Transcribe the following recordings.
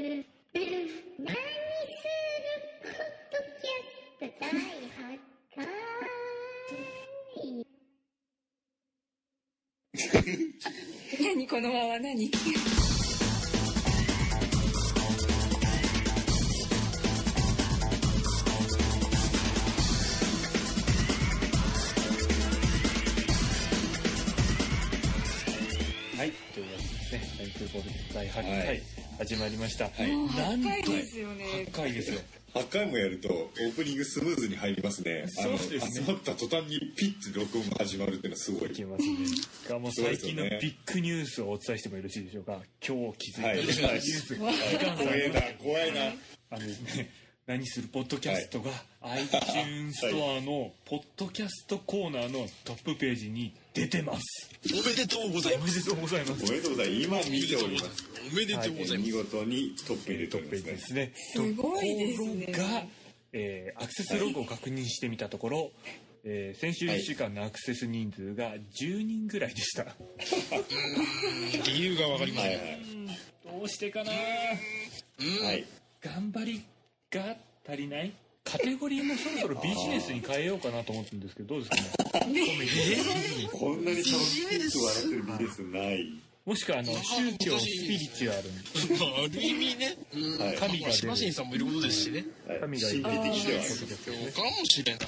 何することキャット第8回。何このまま何はい、というわけでですね、ライフボール第8回、はい始まりました。いもうなんと8回ですよね8回ですよ。 8回もやるとオープニングスムーズに入りますねあのそうですね集まった途端にピッチ録音が始まるっていうのはすごいきいますね。がもうそうで最すよ近ねのビッグニュースをお伝えしてもよろしいでしょうか。今日気づいたはいビッグニュース。時間差怖えな怖いなあのですね、何するポッドキャストが iTunes ストアのポッドキャストコーナーのトップページに出てます。おめでとうございおまめす。でとうございます。おめでとうございます今見ておりますおめでとうございま見す。事にトップに出てトおりッまプすねですね。すごいですねところが、えーアクセスログを確認してみたところ、えー先週1週間のアクセス人数が10人ぐらいでした。理由がわかりまはせいん。どうしてかなはいはい頑張りが足りないカテゴリーもそろそろビジネスに変えようかなと思ってるんですけど、どうですかねこんなに楽しく笑ってるビジネスないもしくは、あの、宗教、スピリチュアルまあ、ある意味ね、うんはい神がシマシンさんもいることですしね。はい神が心理的ではそうですよねかもしれない。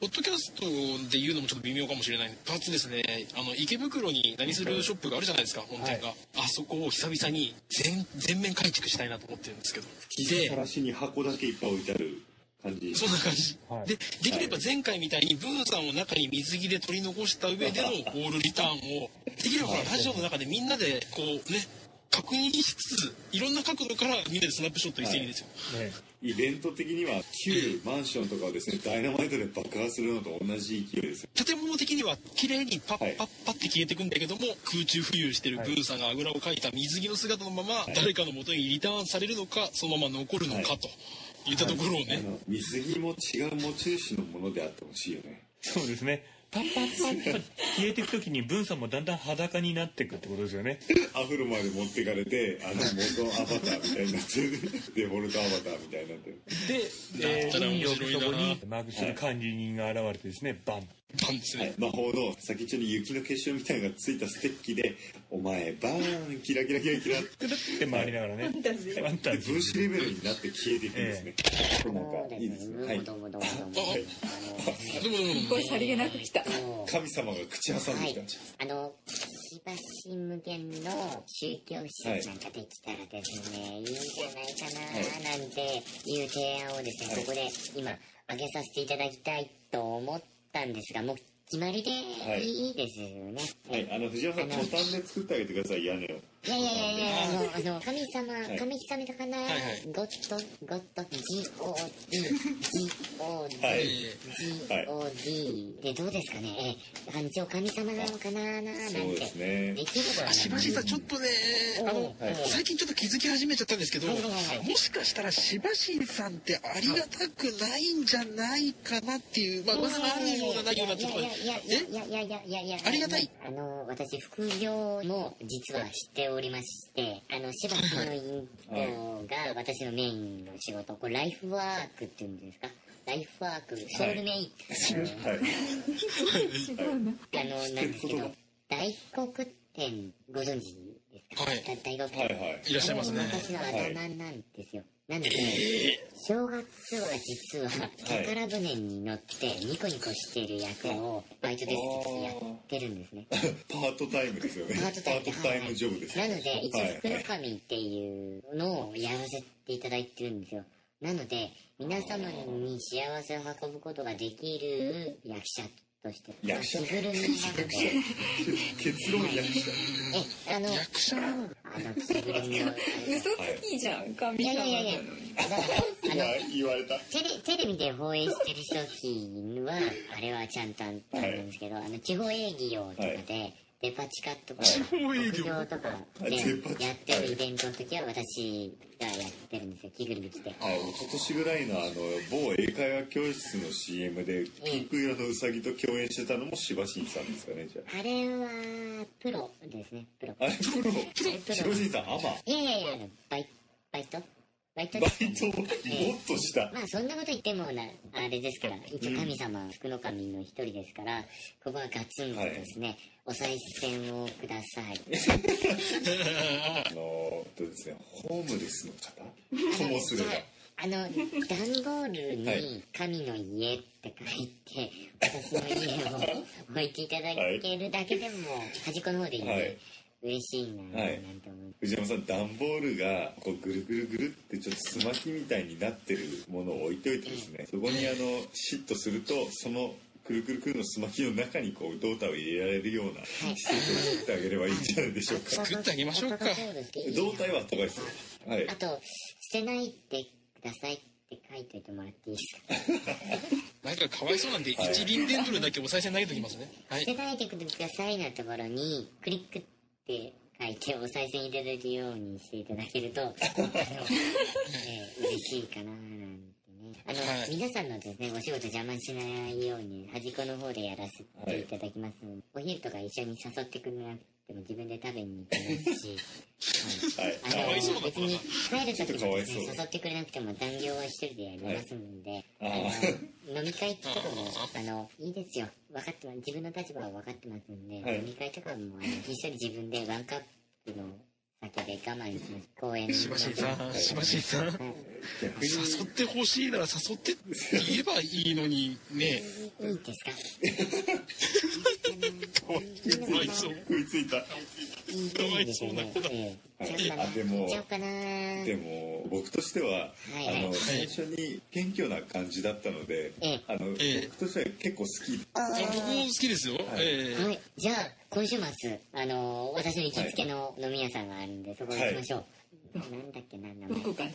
ポッドキャストで言うのもちょっと微妙かもしれない。かつですね、あの、池袋に何するショップがあるじゃないですか、本店が。あそこを久々に全全面改築したいなと思ってるんですけど。さらしに箱だけいっぱい置いてある感じそんな感じ。はいで、できれば前回みたいにブーさんを中に水着で取り残した上でのゴールリターンを、できればほらラジオの中でみんなでこうね、確認しつつ、いろんな角度からみんなでスナップショット一斉にですよ。ね。イベント的には旧マンションとかをですねダイナマイトで爆破するのと同じ勢いですよ建物的には綺麗にパッパッパって消えてくんだけども、空中浮遊してるブーさんがあぐらをかいた水着の姿のまま、誰かの元にリターンされるのか、そのまま残るのかと。いったところをあね、の水着も違う持ち主のものであってほしいよねそうですね。パッパッパッパッ消えていくときに、文さんもだんだん裸になっていくってことですよね。アフロまで持ってかれてあの元アバターみたいになって るデフォルトアバターみたいになってるで、えやったー、ら運面よく白いそなこにマグする管理人が現れてですね、バン。パンですね。魔法の先っちょに雪の結晶みたいなのがついたステッキで「お前バーンキラキラキラキラ」っくてるって回りながらね。ファンタジー。ファンタジ分子レベルになって消えていくんですね、これなんかいいですねはいどうもどうもどうもどうもはいあどうもどうもどうすごいさりげなく来たの神様が口挟んはできたい、あの、しばし無限の宗教施設なんかできたらですね、い、いんじゃないかなーなんていう提案をですね、はいここで今、上げさせていただきたいと思ったんですが、もう決まりでいいいですよね。はい、あの藤山さんあの途端で作ってあげてください屋根をいやいやいやいや、あの、あの、神様、い神様だかな、いはいゴッド、ゴッド、G-O-D、G-O-D、はい G-O-D でどうですかねえー、一応神様なのかなーなーそうなんでてす。ねできればあ、しばしさん、ちょっとね、あの、はい最近ちょっと気づき始めちゃったんですけど、はいはいはいもしかしたらしばしんさんってありがたくないんじゃないかなっていう、まあ、噂があるようなないようなちょっと、いえやいやいやいやいやいやいやいやいやありがたいあの私副業も実はしておりましてあの柴田の院長が私のメインの仕事これライフワークっていうんですかライフワークソウル メイン、はいあのなんですけど大黒天ご存知ですか、はい大黒天、はいはいいらっしゃいますね。私のあだ名なんですよ、なんで、正月は実は宝船に乗ってニコニコしてる役をバイトですとしてやってるんですね、パートタイムですよねパートタイムジョブですなねので一応はい袋紙っていうのをやらせていただいてるんですよなので皆様に幸せを運ぶことができる役者として役者着ぐるみなので結論役者えあの役者なのあの着ぐるみの嘘つきじゃん神い様なやいやいやいやのにだからあのいや言われたテレテレビで放映してる時はあれはちゃんとあったんですけど、あの地方営業とかで、デパ地下とか、地方営業屋上とかであデパ地下やってるイベントの時は私がやってるんですよ。着ぐるみ着て。あ一昨年ぐらいのあの某英会話教室の CM でピンク色のウサギと共演してたのも柴新さんですかねじゃあれは、プロですね、プロ。ああれプロロ柴新さんアマいやいやいや、あのバイ、バイトバイトでバすかイトをもっとしたまあそんなこと言ってもな、あれですから、一応神様、福の神の一人ですから、ここはガツンとですね、お賽銭をください。あのえっとですねホームレスの方ともすればあの、段ボールはいに、神の家って書いて、私の家を置いていただけるだけでも、端っこの方でいいんはでい、嬉しいな、はいなんて思う。藤山さん段ボールがこうぐるぐるぐるってちょっとすまきみたいになってるものを置いといてですねそこにあのシッとするとそのくるくるくるのすまきの中にこう胴体を入れられるような施設を作ってあげればいいんじゃないでしょうか作ってあげましょうか胴体はあったかいですはいあと、捨てないでくださいって書いといてもらっていいですかなんかかわいそうなんで、一輪電ドルだけお賽銭投げときますね。は捨い。てないでくださいのところに、クリックって書いて、お賽銭いただけるようにしていただけると、あの、えー嬉しいかななんてね。あの、はい皆さんのですね、お仕事邪魔しないように、端っこの方でやらせていただきますので、お昼とか一緒に誘ってくれなくても自分で食べに行きますし、 はいあかのわいそうだな別に帰る時ちょっとかもわでいすそうね誘ってくれなくても残業は一人でやりますので、はいああの飲み会とかもあのいいですよ分かってます自分の立場は分かってますんで、はい飲み会とかもあの一緒に自分でワンカップの酒で我慢します公園のしばしんさん、しばしんさん。逆に誘ってほしいなら誘ってって言えばいいのにね。いいですかかわいそう。食いついたいいかわいですそうよなね子だええはい行っちゃおうかなあでも行っちゃおうかなでも僕としては、はいはいあの最初に謙虚な感じだったので、ええあのええ僕としては結構好きあ僕も好きですよ。ええはい、じゃあ今週末あの私の行きつけの飲み屋さんがあるんで、そこ行きましょう、なんだっけな名ど前こかな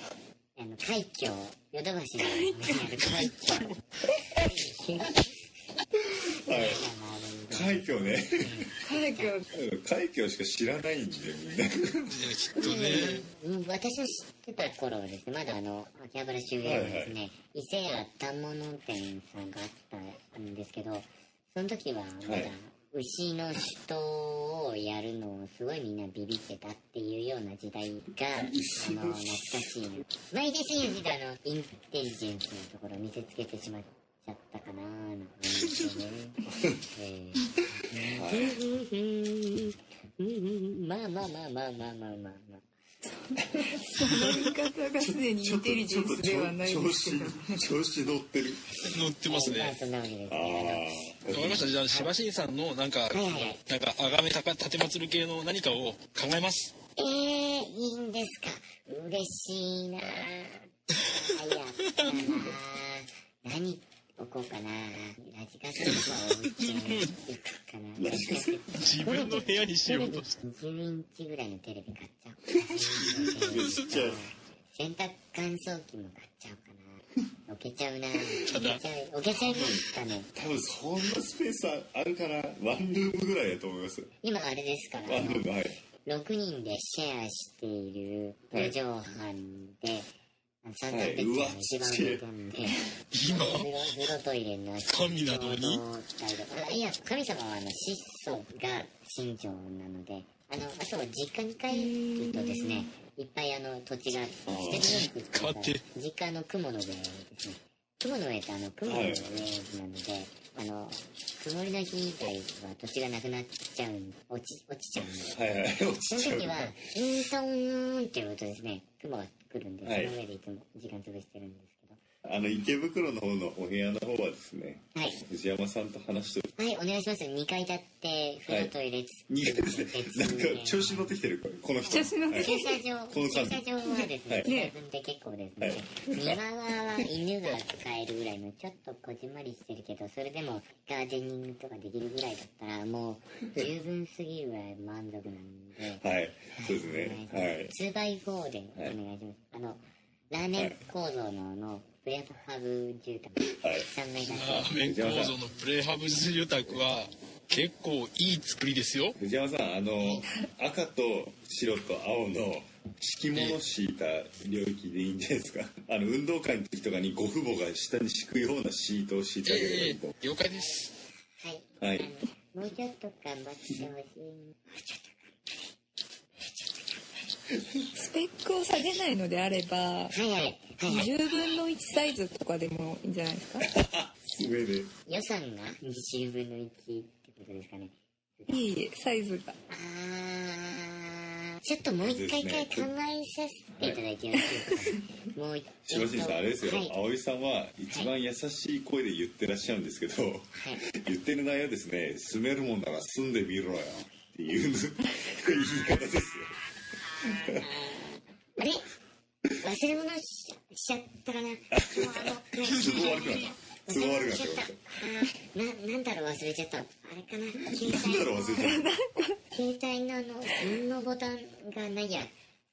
あの、海峡、ヨドバシのお店にある海峡。はい快挙ね海峡快挙しか知らないんでみんなきっとね。うん私の知ってた頃はですね、まだあの、秋葉原周辺のですね、伊勢屋反物店さんがあったんですけど、その時はまだはい牛の首頭をやるのをすごいみんなビビってたっていうような時代が、あの、懐かしい。前田選手があの、インテリジェンスのところを見せつけてしまっちゃったかなぁ、なんて思うんですよね。えーまあまあまあまあまあまあまあまあ。その言い方がすでにインテリジェンスではない調です子けど調子乗ってる乗ってますまあね。そんなわけですあね。あわかりました。じゃあ、しばしんさんのなんか、なんか、あがめたか、立てまつる系の何かを考えます。あのえー、いいんですか嬉しい なぁ。あやったなぁ。何置こうかなラジカセとかお家に行くかなラジカセ自分の部屋にしようとして。 20インチぐらいのテレビ買っちゃおうかな。洗濯乾燥機も買っちゃおうかな。置けちゃうなぁ。置けちゃう。置けちゃいますかね多分そんなスペースあるかなワンルームぐらいだと思います今あれですから、ワあンルのームはい6人でシェアしている4畳半で、あの三角ベッドが一番上なんで、今、風呂風呂トイレになって、神なのにちょうど台所あいや、神様はあの質素が信条なので、あの、あとは実家に帰るとですね、いっぱいあの土地が捨てるように実家って実家の雲の上ですね。雲の上ってあの、雲の上なので、あの、曇りの日以外は土地がなくなっちゃうん、落ち、落ちちゃうんで。はいはい落ちそのちゃう時は、イントーンっていうことですね。雲が来るんで、そのはい上でいつも時間潰してるんですけあの池袋の方のお部屋の方はですねど。はい。藤山さんと話してるはい、お願いします。2階建て、風呂トイレ、苦いですねなんか調子乗ってきてるこの人調子乗ってはい駐車場、この駐三車場はですはねい、自分で結構ですね、はい庭は犬が使えるぐらいの、ちょっとこじんまりしてるけど、それでもガーデニングとかできるぐらいだったら、もう十分すぎるぐらい満足なんで、はい、そうですね。はい。 2倍5でお願いします。あの、ラーメン構造のあの、プレハブ住宅、はい3階建て。ラーメン構造のプレハブ住宅は、結構いい作りですよ。藤山さんあの赤と白と青の敷物を敷いた領域でいいんじゃない ですかあの運動会の時とかにご父母が下に敷くようなシートを敷いてあげればいえいとえ、了解です。はい。はいあのもうちょっと頑張ってほしいな。スペックを下げないのであれば、はいはい。はいはい。 10分の1サイズとかでもいいんじゃないですか上で予算が20分の1ってことですかね。いいサイズが。あー、ちょっともう一回から考えさせていただいてよろしいですか。もう一しばしさんあれですよ、はい。はい。葵さんは一番優しい声で言ってらっしゃるんですけど、言ってる内容はですね「住めるもんなら住んでみろよ」っていう 言い方ですよあれ忘れ物ししちゃったかな。もうあの、くらい都合悪くなった都合悪くなっ忘れちゃったた。あーな、なんだろう忘れちゃった。あれかな携なんだろう忘れちゃった携帯のあの、3のボタンがないや。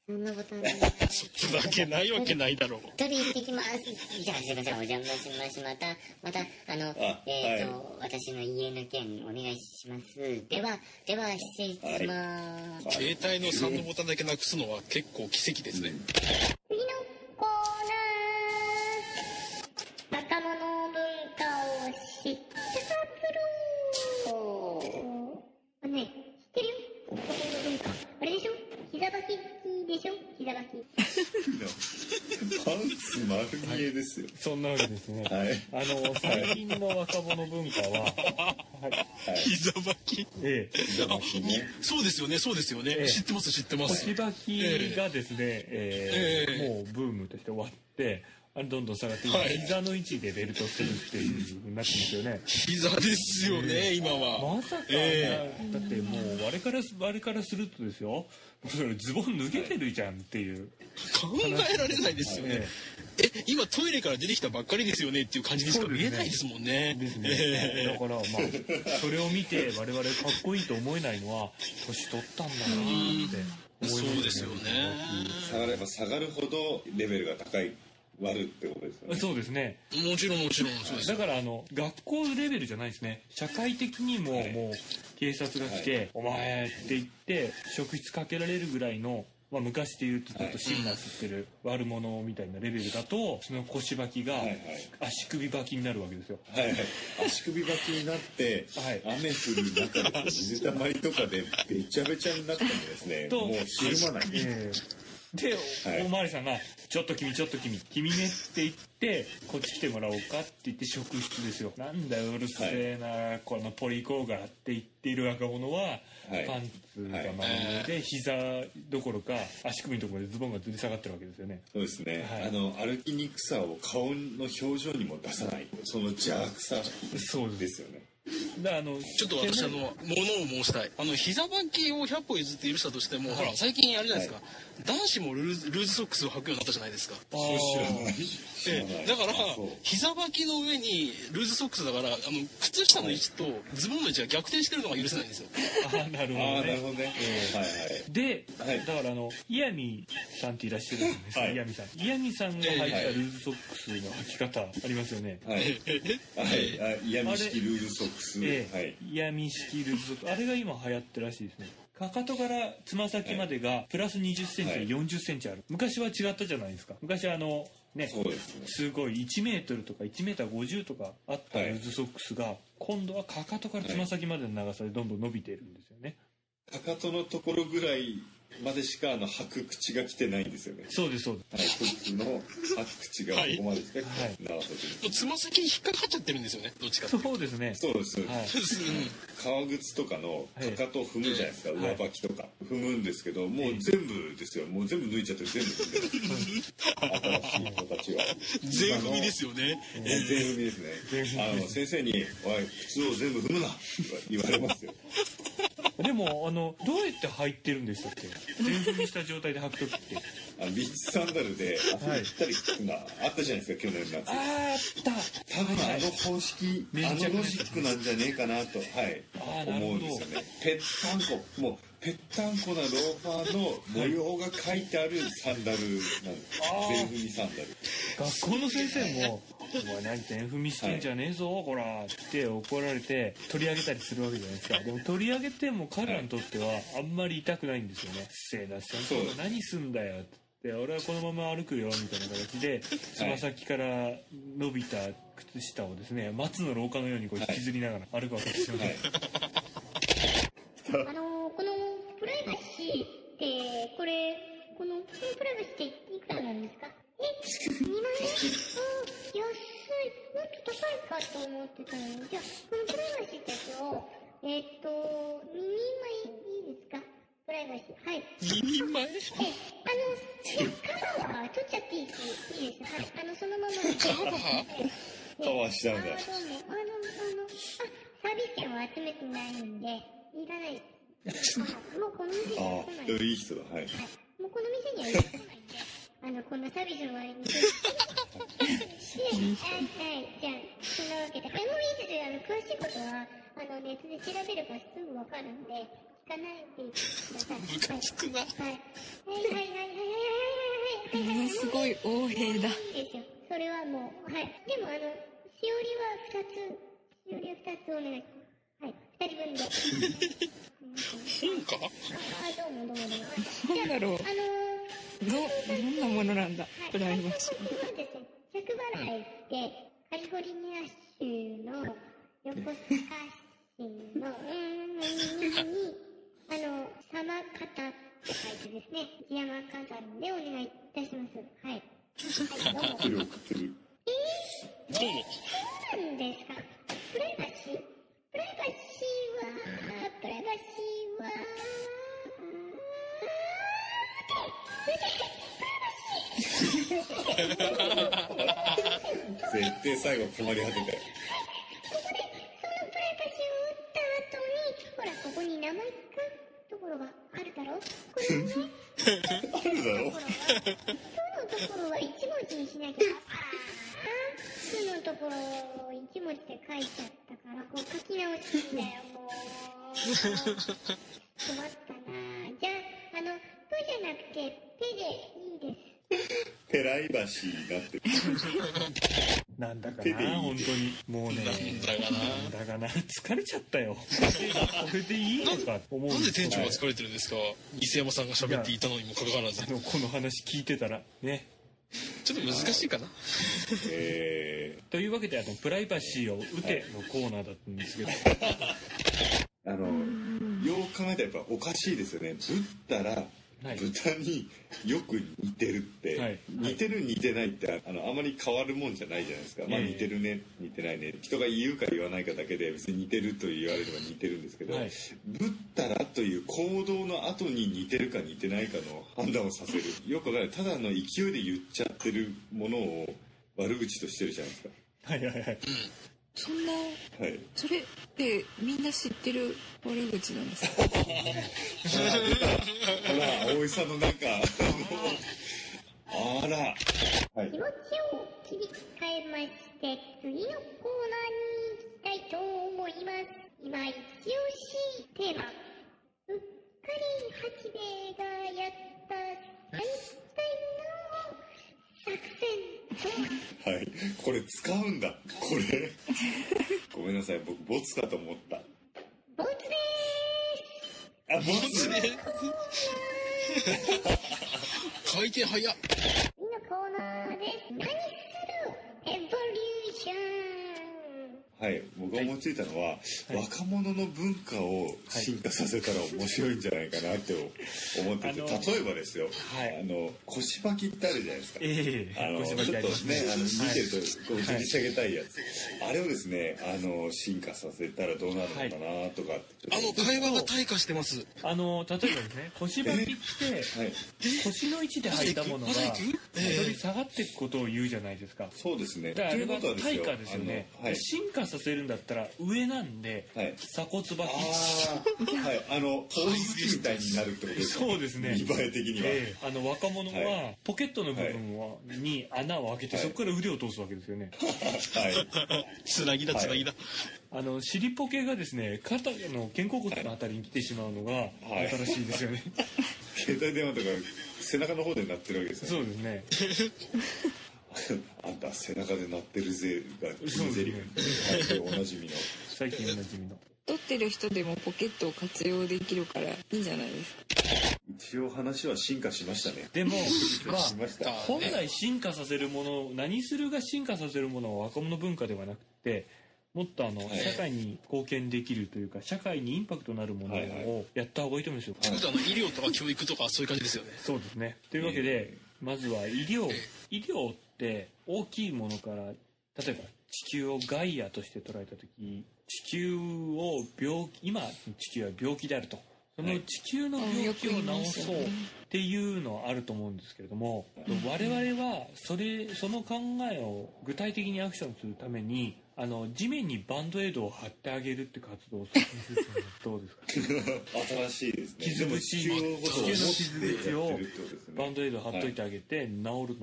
3のボタンがない。ふざけないわけないだろう。取り行ってきます。じゃあ、すいません、お邪魔します。また、また、あの、あえっ、と、私の家の件、お願いします。では、では、失礼します。 携帯の3のボタンだけなくすのは結構奇跡ですね。次のコーナー若者文化を知ってたブローあね知ってるよ若者文化あれでしょ膝履きでしょ膝履きパンツ丸見えですよそんなわけですね。はい あの、最近の若者文化は、はい、膝履き。ええ、じゃあねそうですよね、そうですよね。ええ知ってます、知ってます。腰履きがですね、えええーもうブームとして終わって、あどんどん下がって、今はい膝の位置でベルトするっていう風になってますよね。膝ですよね、今は。まさか、えだってもう、我からす、我からするとですよ、それズボン脱げてるじゃんっていう。考えられないですよねえ。え、今トイレから出てきたばっかりですよねっていう感じにしか見えないですもんね。ですね。えだえから、まあ、それを見て、我々かっこいいと思えないのは、年取ったんだなって思います、そうですよね。下がれば下がるほどレベルが高い割るってことですよ ねそうですね。もちろん、もちろん、そうですだ。からあの学校レベルじゃないですね社会的にももう警察が来て「お前」って言って職質かけられるぐらいの、まあ、昔で言うとちょっと辛辣ってる悪者みたいなレベルだとその腰履きがはいはい足首履きになるわけですよ。はいはい、足首履きになって、はい雨降る中でこう水たまりとかでべちゃべちゃになったんです ねともうひるまない ええで、はいおまわりさんが「ちょっと君ちょっと君君ね」って言ってこっち来てもらおうかって言って職質ですよなんだようるせえな、このポリコーガーって言っている若者は、はいパンツが丸見えで膝どころか足首のところでズボンがずり下がってるわけですよねそうですね、はいあの歩きにくさを顔の表情にも出さないその邪悪さそうでですよねだからあのちょっと私あののものを申したいあの膝履きを100歩譲って許したとしても、ほら最近あれじゃないですか、男子もルーズルーズソックスを履くようになったじゃないですか知らない知らなえいえだからそう膝履きの上にルーズソックスだからあの靴下の位置とズボンの位置が逆転してるのが許せないん ですよあなるほどああなるねほどね、はいはいで、はいだからあのイヤミさんっていらっしゃるんですよ、はいイヤミさんイヤミさんが履いてたルーズソックスの履き方ありますよね、 はいはい、あ闇式ルーズソックス、えはえい、闇式ルーズソックスあれが今流行ってるらしいですねかかとからつま先までがプラス2 0センチはい4 0センチある昔は違ったじゃないですか昔はあのねそうですねすごい1メートルとか1メーター50とかあったルーズソックスが今度はかかとからつま先までの長さでどんどん伸びてるんですよねかかとのところぐらいまでしかあの履く口が来てないんですよねそうですそうですはい、トップの吐く口がここまでしかはい長さでもうつま先に引っかかっちゃってるんですよねどっちか ってそうですねそうです、はいうん革靴とかのかかとを踏むじゃないですか、はい上履きとか踏むんですけどもう全部ですよもう全部脱いちゃってる全部脱いちゃってる新しい子たちは全踏みですよね 今の全踏全みで踏すねあの先生に「おい靴を全部踏むな」と言われますよでもあのどうやって履いてるんでしたっけ全踏みした状態で履く時 ってあのビーチサンダルで足にぴったりくっつくのあったじゃないですか去年の夏あーあった多分あの方式、粘着あのロジックなんじゃねえかなと、はいあ、ーなる思ほどうんですよね。ぺったんこ、もう、ぺったんこなローファーの模様が書いてあるサンダルなの。全踏みサンダル。学校の先生もお前何点踏みしてんじゃねえぞ、こらって怒られて取り上げたりするわけじゃないですかでも取り上げても彼らにとってはあんまり痛くないんですよね「せえな先そう生何すんだよ」って。で俺はこのまま歩くよみたいな形でつま先から伸びた靴下をですね松の廊下のようにこう引きずりながら歩くわけですよね、はいあのーこのプライバシーって、これ、このプライバシーっていくらなんですかえ ?2 万円うん、安い。もっと高いかと思ってたのに。じゃあ、このプライバシーってやつを、えーっと、2人前いいですかプライバシー。はい。 2人前え、あの、いやカバーは取っちゃっていいです。いいです。はい。あの、そのまま。カ バーカバーしたんだあの、あの、あの、あサービス券は集めてないんで、いらないです。あ、もうこの店にあは来あないででもす。いい人だはいはい。もうこの店には来ないんで、あの、こんなサービスの割に。で、はい、はい、じゃあ、そんなわけで。はい、もういいですよ。あの、詳しいことは、あの、ネットで調べればすぐわかるんで、聞かないでください。ムカつくな。はい。はいはいはいはいはいはいはいはいはいはいはい。ものすごい横い柄だ。いですよ。それはもう、はい。でもあの、しおりは二つ、しおりは二つお願いします。はい。二人分で。本かあ、どうもどうもどうも。なんだろうあのー、ど、どんなものなんだプライバー。そシうですね。着払いって、カリフォルニア州の横須賀市の、うーん、に、あの、サマカタって書いてですね、山火山でお願いいたします。はい。はい、どうも。これ送ってるどうも。そうなんですか。プライバシープライバシーは、プライバシーは、絶対最後困り果てたよここで、そのプライバシーを打った後に、ほら、ここに名前書くところがあるだろうこれをね、あるだとろころは、とのところは一文字にしなきゃ。あー、とのところを一文字で書いちゃったから、こう書き直すんだよ、もう。困ったなぁ。じゃあ、あの、プじゃなくて、ペでいいです。ペライバシーになってるなんだか手でいいな本当にもうねなんだかななんだかな疲れちゃったよこれでいいのかと思うんなんで店長がれ疲れてるんですか伊勢山さんが喋っていたのにもかかわらず。でもこの話聞いてたらねちょっと難しいかな。えというわけであのプライバシーを打てのコーナーだったん ですけど、ーあのよう考えたらやっぱおかしいですよねぶったらはい豚によく似てるって、はい似てる似てないってあのあまり変わるもんじゃないじゃないですか、まあええ似てるね似てないね人が言うか言わないかだけで別に似てると言われれば似てるんですけど、はいぶったらという行動の後に似てるか似てないかの判断をさせるよくわかるただの勢いで言っちゃってるものを悪口としてるじゃないですかはいはいはいそんなはいそれってみんな知ってる悪口なんですかあら葵さんのなんかあのあらはい気持ちを切り替えまして、次のコーナーに行きたいと思います。今、一押しテーマ。うっかり八兵衛がやった反対の作戦とはい、これ使うんだこれごめんなさい僕ボツかと思ったは、ボツであボツ回転早すっ。次のコーナーです。何するエボリューションはい僕が用いたのは、若者の文化を進化させたら面白いんじゃないかなって思ってて、あの例えばですよ、はいあの腰巻きってあるじゃないですかえあえのごちょしっばときねあありのますね見はているとこうはい吊り下げたいやつ、あれをですねあの進化させたらどうなるのかなとかって、あの、会話が退化してます。あの例えばですね腰ばきってはい腰の位置で履いたものがまだ行くそれ下がっていくことを言うじゃないですかそうですねだからあとれいうこはとはです対よ価ですよねあのはい進化させるんだったら上なんではい鎖骨ばあきあ、 はい、あの、大月みたいになるってことですかそうですね見栄え的には。ええあの若者ははポケットの部分はに穴を開けてはいそこから腕を通すわけですよねはい。つなぎだ、つなぎだ。あの尻ポケがですね肩の肩甲骨のあたりに来てしまうのがはい新しいです よね携帯電話とか、背中の方で鳴ってるわけですよね。そうですねあんた背中で鳴ってるぜがそう君ゼリフおなじみの最近おなじみの。撮ってる人でもポケットを活用できるからいいんじゃないですか。一応話は進化しましたねでも、まあし、ました本来進化させるもの何するが進化させるものは若者文化ではなくてもっとあの、はい社会に貢献できるというか社会にインパクトのあるものはいはをやった方がいいと思うんですよ、ちょっとあの医療とか教育とかそういう感じですよね。そうですねというわけで、まずは医療医療って大きいものから例えば地球をガイアとして捉えた時地球を病気今地球は病気であるとその地球の病気を治そうっていうのはあると思うんですけれども、我々はそれその考えを具体的にアクションするためにあの地面にバンドエイドを貼ってあげるって活動をするのはどうですか新しいですね傷口でも地球のことを思ってや地球の傷口をってるってことですねバンドエイド貼っといてあげて治るのを待つ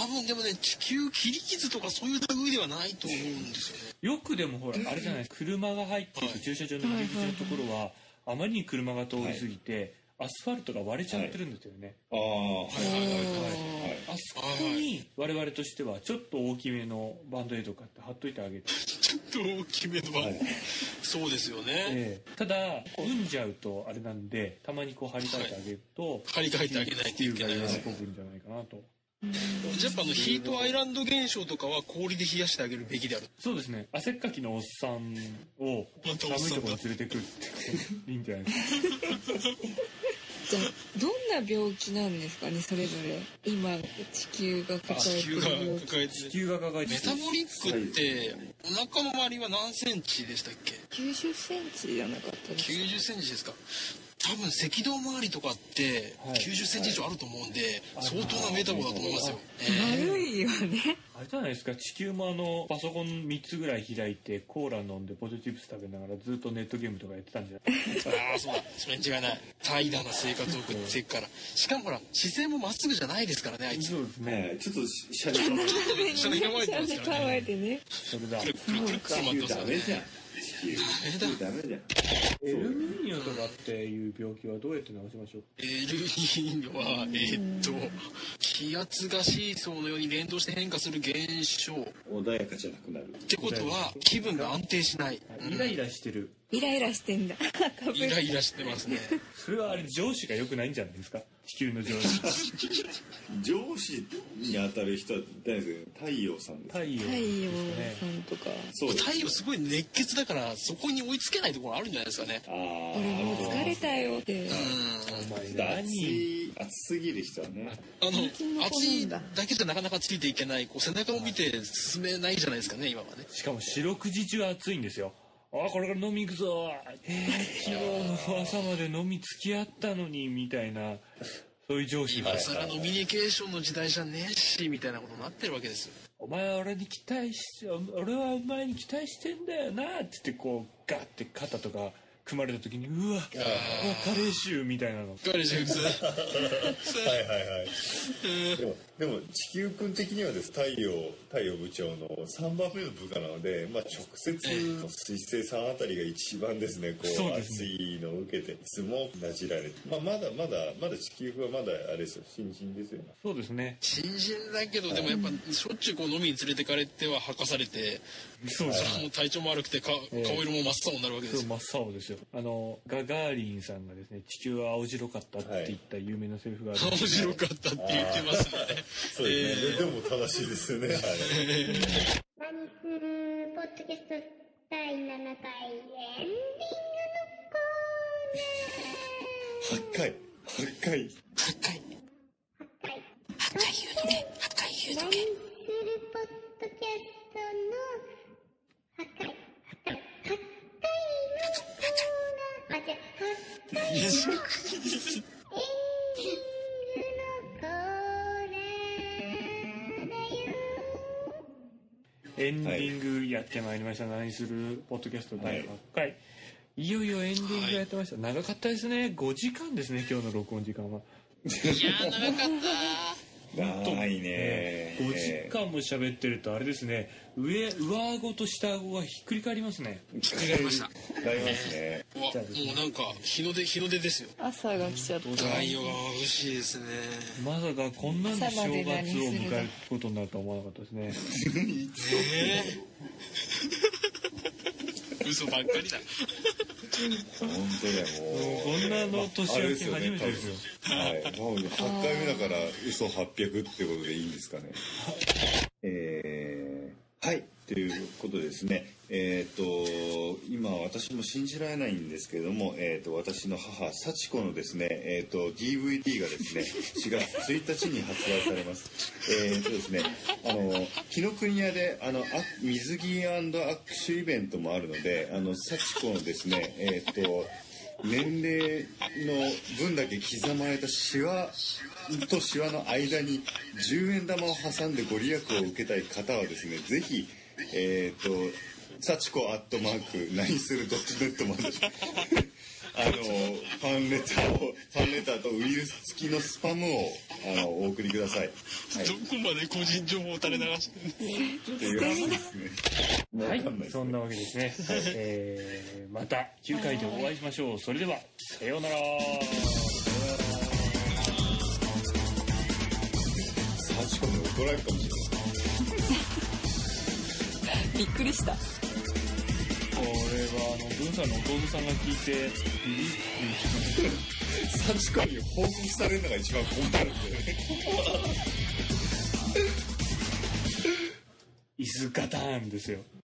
多分でもね、地球切り傷とかそういう類ではないと思うんですよね。よくでもほらあれじゃないですか車が入っていく駐車場の入り口のところはあまりに車が通り過ぎてアスファルトが割れちゃってるんですよね、ああはいはいはいはいはいあそこに我々としてはちょっと大きめのバンドエイド買って貼っといてあげて、ちょっと大きめのは、そうですよね。ええただ産んじゃうとあれなんでたまにこう貼り替えてあげると張り替えてあげないといけないです喜。ぶんじゃないかなとやっぱあのヒートアイランド現象とかは氷で冷やしてあげるべきである。そうですね汗っかきのおっさんをまた寒おっいさとんこだろに連れてくるっていいんじゃない ですかじゃあ、どんな病気なんですかね、それぞれ。今、地球が抱え地て球るが病気。抱えて地球が抱えてメるタボリックって、お腹の周りは何センチでしたっけ90センチじゃなかったですか。 90センチですか多分赤道周りとかってはい90センチ以上あると思うんで、相当なメタボだと思いますよ、丸いよ ね。あれじゃないですか地球もあのパソコン3つぐらい開いてコーラ飲んでポテトチップス食べながらずっとネットゲームとかやってたんじゃないああそうだそれに違いない怠惰な生活を送っていくからしかもほら姿勢もまっすぐじゃないですからねあ いつそうですねねちょっとしゃべり下に構えてますちゃんとから考ねえてね。それだくるくるくるくる回ってますかダらメねじゃん地球ダメダメじゃんエルニーニョとかっていう病気はどうやって治しましょうエルニーニョはえーっと気圧がシーソーのように連動して変化する現象っ穏やかじゃなくなるてことは気分が安定しない、かイライラしてるイライラしてんだ。かぶイラる。イラしてますねそれはあれ上司が良くないんじゃないですか地球の上 司上司に当たる人は誰ですかね太陽さんですか太陽太陽ですさかねんとか。そうです太陽すごい熱血だからそこに追いつけないところあるんじゃないですかねああ俺もう疲れたよって。うんお前暑何い暑すぎる人はねあの熱熱いいんだだけじゃなかなかついていけないこう背中を見て進めないじゃないですかね今はねしかも四六時中暑いんですよああこれから飲み行くぞえー、昨日の朝まで飲み付き合ったのにみたいなそういう上司が今更ノミニケーションの時代じゃねえしみたいなことになってるわけですよお前は俺に期待し、俺はお前に期待してんだよなって言ってこう、ガッて肩とか組まれた時に、うわ、カレー臭みたいなの。彼氏さはいはいはい。でも、でも地球君的にはです、太陽、太陽部長の3番目の部下なので、まあ直接、水星さんあたりが一番ですね、こそう、うですね熱いのを受けて、いつもなじられて。まあまだまだ、まだ地球君はまだあれですよ、新人ですよ。そうですね。新人だけどでもやっぱしょっちゅうこう飲みに連れてかれては吐かされてそうですもう体調も悪くてかええ顔色も真っ青になるわけでそうすよ真っ青ですよあのガガーリンさんがですね「地球は青白かった」って言った有名なセリフがあるん面ですけど白かったって言ってますねそうですね。でも正しいですよね。はい。何するポッドキャスト第7回エンディングの8回、8回。回。何するポッドキャストの8回。8回。8回のコーナー。あ、違う。8回のエンディングのコーナーだよ。エンディングやってまいりました「何するポッドキャスト第8回」いよいよエンディングやってました、長かったですね5時間ですね今日の録音時間はあー長かっ長いね5時間も喋ってるとあれですね上上顎と下顎がひっくり返りますね違いました。なりますねうわ、もうなんか、日の出、日の出ですよ。朝が来ちゃった。太陽が眩しいですね。まさかこんなんで正月を迎えることになるとは思わなかったですねねえ。嘘ばっかりだ。本当だよもうこんなの年明け初めてですよはい、もう8回目だから嘘800ってことでいいんですかね。えー、はい、ということでですね、えっ、と、今私も信じられないんですけれども、えっ、と、私の母、幸子のですね、えっ、と、DVD がですね、4月1日に発売されます。えっ、とですね、あの、紀ノ国屋で、あの、あ水着握手イベントもあるので、あの、幸子のですね、えっ、と、年齢の分だけ刻まれたシワとシワの間に10円玉を挟んでご利益を受けたい方はですねぜひえっ、ー、と幸子アットマーク何するドットネットまであのファンレターをファンレターとウイルス付きのスパムをあのお送りください、はい、どこまで個人情報を垂れ流してるんですという話ですねはわかんないい、ですねそんなわけですね。えーまた9回でお会いしましょう。それでは、さようなら。幸子に怒られるかもしれないびっくりした。これは、あの、文さんの弟さんが聞いて、ビビって幸子に報告されるのが一番困るんだよね椅子ガターンですよ。